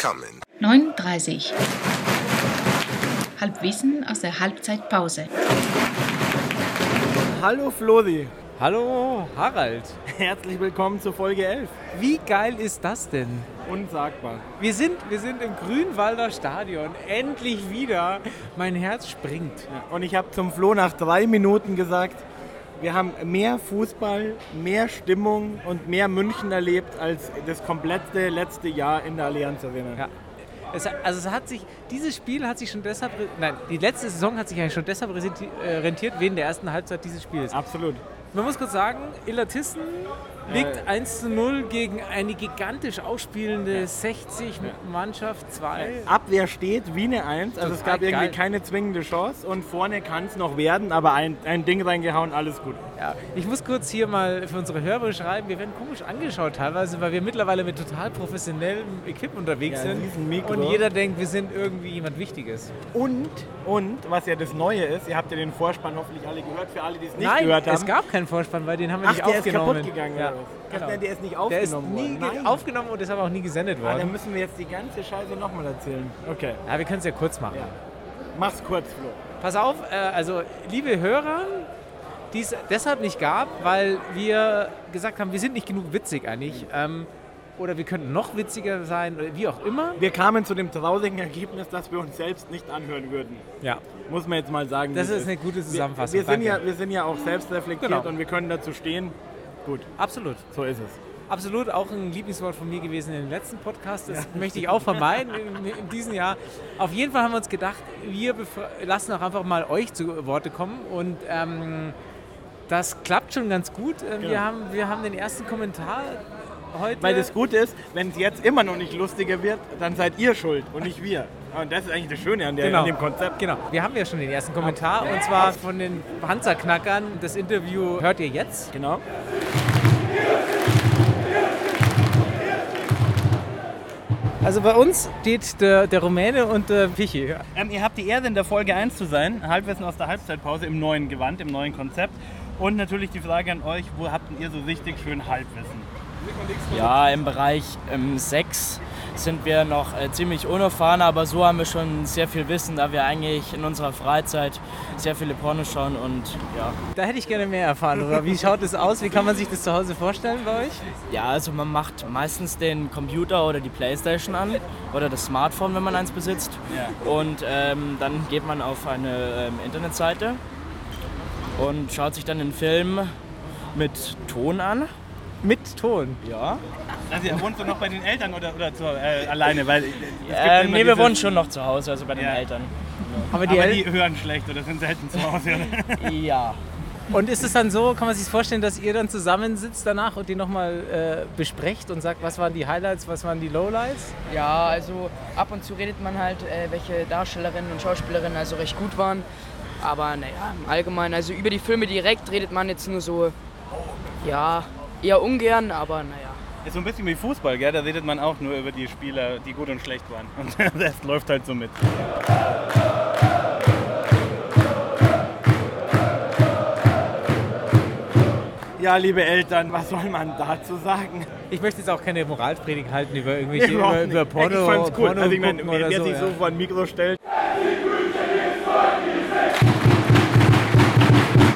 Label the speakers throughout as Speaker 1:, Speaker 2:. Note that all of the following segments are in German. Speaker 1: Namen.
Speaker 2: 39. Halbwissen aus der Halbzeitpause.
Speaker 3: Hallo Flori,
Speaker 4: Hallo, Harald.
Speaker 3: herzlich willkommen zur Folge 11.
Speaker 4: Wie geil ist das denn?
Speaker 3: Unsagbar.
Speaker 4: Wir sind, wir sind im Grünwalder Stadion. Endlich wieder. Mein Herz springt.
Speaker 3: Und ich habe zum Flo nach drei Minuten gesagt, wir haben mehr Fußball, mehr Stimmung und mehr München erlebt als das komplette letzte Jahr in der Allianz Arena.
Speaker 4: Ja. Es, also es hat sich, dieses Spiel hat sich schon deshalb, re- nein, die letzte Saison hat sich eigentlich schon deshalb resenti- äh, rentiert, wegen der ersten Halbzeit dieses Spiels.
Speaker 3: Absolut.
Speaker 4: Man muss kurz sagen, Illertissen liegt 1 zu 0 gegen eine gigantisch ausspielende 60-Mannschaft 2.
Speaker 3: Abwehr steht wie eine Eins, also es
Speaker 4: Total
Speaker 3: gab irgendwie
Speaker 4: geil.
Speaker 3: keine zwingende Chance und vorne kann es noch werden, aber ein, ein Ding reingehauen, alles gut.
Speaker 4: Ja, ich muss kurz hier mal für unsere Hörer schreiben, wir werden komisch angeschaut teilweise, weil wir mittlerweile mit total professionellem Equip unterwegs
Speaker 3: Ja,
Speaker 4: sind.
Speaker 3: Riesenmikro.
Speaker 4: Und jeder denkt, wir sind irgendwie jemand Wichtiges.
Speaker 3: Und, und, was ja das Neue ist, ihr habt ja den Vorspann hoffentlich alle gehört, für alle, die es nicht
Speaker 4: Nein,
Speaker 3: gehört haben.
Speaker 4: es gab keinen Vorspann, weil den haben wir
Speaker 3: Ach,
Speaker 4: nicht
Speaker 3: der ist
Speaker 4: aufgenommen.
Speaker 3: kaputt gegangen.
Speaker 4: ja,
Speaker 3: oder was?
Speaker 4: genau.
Speaker 3: Ach, nein, der ist nicht
Speaker 4: der ist
Speaker 3: aufgenommen
Speaker 4: nie
Speaker 3: worden.
Speaker 4: ge-
Speaker 3: Nein.
Speaker 4: aufgenommen und ist aber auch nie gesendet
Speaker 3: Ah, dann
Speaker 4: worden.
Speaker 3: müssen wir jetzt die ganze Scheiße nochmal erzählen. Okay.
Speaker 4: Ja, wir können es ja kurz machen.
Speaker 3: Ja. Mach's kurz, Flo.
Speaker 4: Pass auf, äh, also liebe Hörer, die es deshalb nicht gab, weil wir gesagt haben, wir sind nicht genug witzig eigentlich. Ähm, oder wir könnten noch witziger sein, oder wie auch immer.
Speaker 3: Wir kamen zu dem traurigen Ergebnis, dass wir uns selbst nicht anhören würden.
Speaker 4: Ja.
Speaker 3: Muss man jetzt mal sagen.
Speaker 4: Das
Speaker 3: wie es
Speaker 4: ist eine gute Zusammenfassung.
Speaker 3: Wir, wir, sind,
Speaker 4: Danke.
Speaker 3: ja, wir sind ja auch selbst reflektiert
Speaker 4: Genau.
Speaker 3: und wir können dazu stehen. Gut,
Speaker 4: Absolut.
Speaker 3: so ist es.
Speaker 4: Absolut auch ein Lieblingswort von mir gewesen in dem letzten Podcast. Das möchte ich auch vermeiden in, in diesem Jahr. Auf jeden Fall haben wir uns gedacht, wir befra- lassen auch einfach mal euch zu Worte kommen. Und ähm, das klappt schon ganz gut. Ähm,
Speaker 3: Genau.
Speaker 4: Wir, haben, wir haben den ersten Kommentar heute.
Speaker 3: Weil das Gute ist, wenn es jetzt immer noch nicht lustiger wird, dann seid ihr schuld und nicht wir. Und das ist eigentlich das Schöne an, der,
Speaker 4: Genau.
Speaker 3: an dem Konzept.
Speaker 4: Genau. Wir haben ja schon den ersten Kommentar und zwar von den Panzerknackern. Das Interview hört ihr jetzt.
Speaker 3: Genau.
Speaker 4: Also bei uns steht der, der Rumäne und der Pichi.
Speaker 3: Ähm, ihr habt die Ehre, in der Folge 1 zu sein. Halbwissen aus der Halbzeitpause im neuen Gewand, im neuen Konzept. Und natürlich die Frage an euch, wo habt denn ihr so richtig schön Halbwissen?
Speaker 5: Ja, im Bereich ähm, 6 sind wir noch äh, ziemlich unerfahren, aber so haben wir schon sehr viel Wissen, da wir eigentlich in unserer Freizeit sehr viele Pornos schauen und ja.
Speaker 4: Da hätte ich gerne mehr erfahren. Oder wie schaut das aus? Wie kann man sich das zu Hause vorstellen bei euch?
Speaker 5: Ja, also man macht meistens den Computer oder die Playstation an oder das Smartphone, wenn man eins besitzt. Und ähm, dann geht man auf eine ähm, Internetseite und schaut sich dann den Film mit Ton an.
Speaker 4: Mit Ton.
Speaker 5: Ja.
Speaker 3: Also ihr wohnt so noch bei den Eltern oder, oder zu, äh, alleine? Weil es gibt ja
Speaker 5: Ähm,
Speaker 3: immer
Speaker 5: nee, wir
Speaker 3: dieses-
Speaker 5: wohnen schon noch zu Hause, also bei den
Speaker 3: Ja.
Speaker 5: Eltern.
Speaker 4: Aber die
Speaker 3: Aber
Speaker 4: El
Speaker 3: die hören schlecht oder sind selten zu Hause. oder?
Speaker 5: Ja.
Speaker 4: Und ist es dann so, kann man sich vorstellen, dass ihr dann zusammensitzt danach und die nochmal äh, besprecht und sagt, was waren die Highlights, was waren die Lowlights?
Speaker 6: Ja, also ab und zu redet man halt, äh, welche Darstellerinnen und Schauspielerinnen also recht gut waren. Aber naja, im Allgemeinen, also über die Filme direkt redet man jetzt nur so, ja, eher ungern, aber naja.
Speaker 3: ist so ein bisschen wie Fußball, gell? da redet man auch nur über die Spieler, die gut und schlecht waren. Und der Rest läuft halt so mit. Ja, liebe Eltern, was soll man dazu sagen?
Speaker 4: Ich möchte jetzt auch keine Moralpredigt halten über irgendwelche
Speaker 3: Überhaupt
Speaker 4: über,
Speaker 3: nicht.
Speaker 4: über Porno,
Speaker 3: ich fand's cool.
Speaker 4: Porno
Speaker 3: also ich meine,
Speaker 4: gucken
Speaker 3: wer
Speaker 4: oder
Speaker 3: wer
Speaker 4: so.
Speaker 3: sich so
Speaker 4: Ja.
Speaker 3: vor ein Mikro stellt.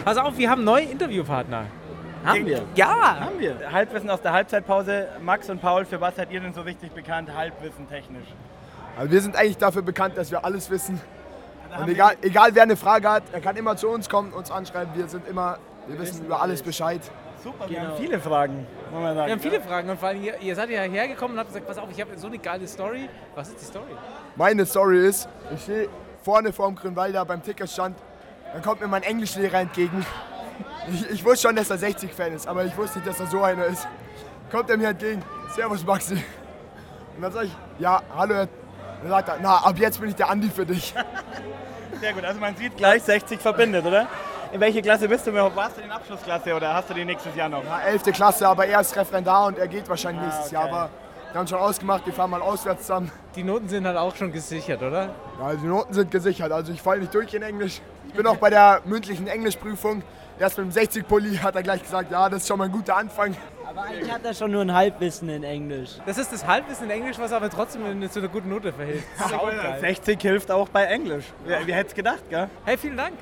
Speaker 4: Pass auf, wir haben neue Interviewpartner.
Speaker 3: Haben wir.
Speaker 4: Ja!
Speaker 3: Haben wir. Halbwissen aus der Halbzeitpause. Max und Paul, für was seid ihr denn so richtig bekannt? Halbwissen technisch.
Speaker 7: Also wir sind eigentlich dafür bekannt, dass wir alles wissen.
Speaker 3: Da
Speaker 7: Und
Speaker 3: haben
Speaker 7: egal, egal wer eine Frage hat, er kann immer zu uns kommen, uns anschreiben. Wir sind immer, wir wissen über alles Bescheid.
Speaker 3: wir- Super, wir haben viele Fragen, muss man sagen.
Speaker 4: Genau. Wir haben viele Fragen und vor allem, ihr, ihr seid ja hergekommen und habt gesagt, pass auf, ich habe so eine geile Story. Was ist die Story?
Speaker 7: Meine Story ist, ich stehe vorne vorm Grünwalder beim Tickerstand, dann kommt mir mein Englischlehrer entgegen. Ich, ich wusste schon, dass er 60-Fan ist, aber ich wusste nicht, dass er so einer ist. Kommt er mir entgegen, Servus Maxi. Und dann sage ich, ja, hallo. Herr- Dann sagt er, na, ab jetzt bin ich der Andi für dich.
Speaker 3: Sehr gut, also man sieht gleich 60 verbindet, oder? In welche Klasse bist du überhaupt? Warst du in der Abschlussklasse oder hast du die nächstes Jahr noch?
Speaker 7: Ja, 11. Klasse, aber er ist Referendar und er geht wahrscheinlich
Speaker 3: Ah,
Speaker 7: nächstes
Speaker 3: okay.
Speaker 7: Jahr. Aber wir haben schon ausgemacht, wir fahren mal auswärts zusammen.
Speaker 4: die Noten sind halt auch schon gesichert, oder?
Speaker 7: Ja, also die Noten sind gesichert, also ich falle nicht durch in Englisch. Ich bin auch bei der mündlichen Englischprüfung. Erst mit dem 60-Pulli hat er gleich gesagt, ja, das ist schon mal ein guter Anfang.
Speaker 1: Aber eigentlich hat er schon nur ein Halbwissen in Englisch.
Speaker 4: Das ist das Halbwissen in Englisch, was aber trotzdem eine- zu einer guten Note verhilft. Das ist auch geil.
Speaker 3: 60 hilft auch bei Englisch. Wer, wer hätte es gedacht, gell?
Speaker 4: Hey, vielen Dank.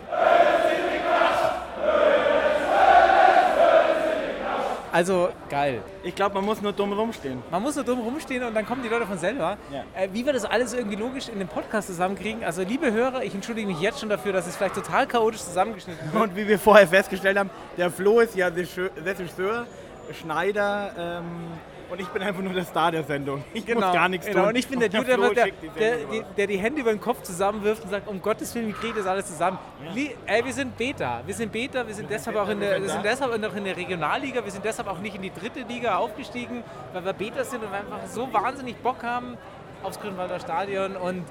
Speaker 4: Also geil.
Speaker 3: Ich glaube, man muss nur dumm rumstehen.
Speaker 4: Man muss nur dumm rumstehen und dann kommen die Leute von selber.
Speaker 3: Ja.
Speaker 4: Äh, wie wir das alles irgendwie logisch in den Podcast zusammenkriegen. Also liebe Hörer, ich entschuldige mich jetzt schon dafür, dass es vielleicht total chaotisch zusammengeschnitten wird.
Speaker 3: Und wie wir vorher festgestellt haben, der Flo ist ja Regisseur, Regisseur, Schneider ähm, und ich bin einfach nur der Star der Sendung. Ich muss gar nichts
Speaker 4: genau.
Speaker 3: tun.
Speaker 4: Und ich bin der Dude,
Speaker 3: Flo
Speaker 4: der, der,
Speaker 3: schickt die
Speaker 4: der,
Speaker 3: Sendung
Speaker 4: die-
Speaker 3: raus.
Speaker 4: der die Hände über den Kopf zusammenwirft und sagt, um Gottes Willen, wie kriege ich das alles zusammen? Lie- Ey, wir sind Beta. Wir sind Beta, wir sind deshalb auch in der, wir sind deshalb noch in der Regionalliga, wir sind deshalb auch nicht in die dritte Liga aufgestiegen, weil wir Beta sind und wir einfach so wahnsinnig Bock haben aufs Grünwalder Stadion und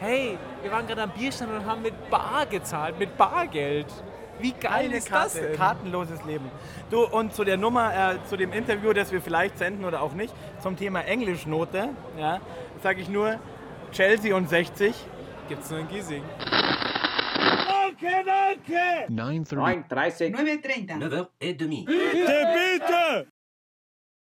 Speaker 4: hey, wir waren gerade am Bierstand und haben mit Bar gezahlt, mit Bargeld. Wie geil
Speaker 3: Eine
Speaker 4: ist das
Speaker 3: Karte,
Speaker 4: denn?
Speaker 3: kartenloses Leben. Du, und zu der Nummer, äh, zu dem Interview, das wir vielleicht senden oder auch nicht, zum Thema Englischnote, ja, sage ich nur Chelsea und 60.
Speaker 4: Gibt's nur in Giesing.
Speaker 8: 9.30 9.30 9h30 9h30
Speaker 3: Bitte, bitte!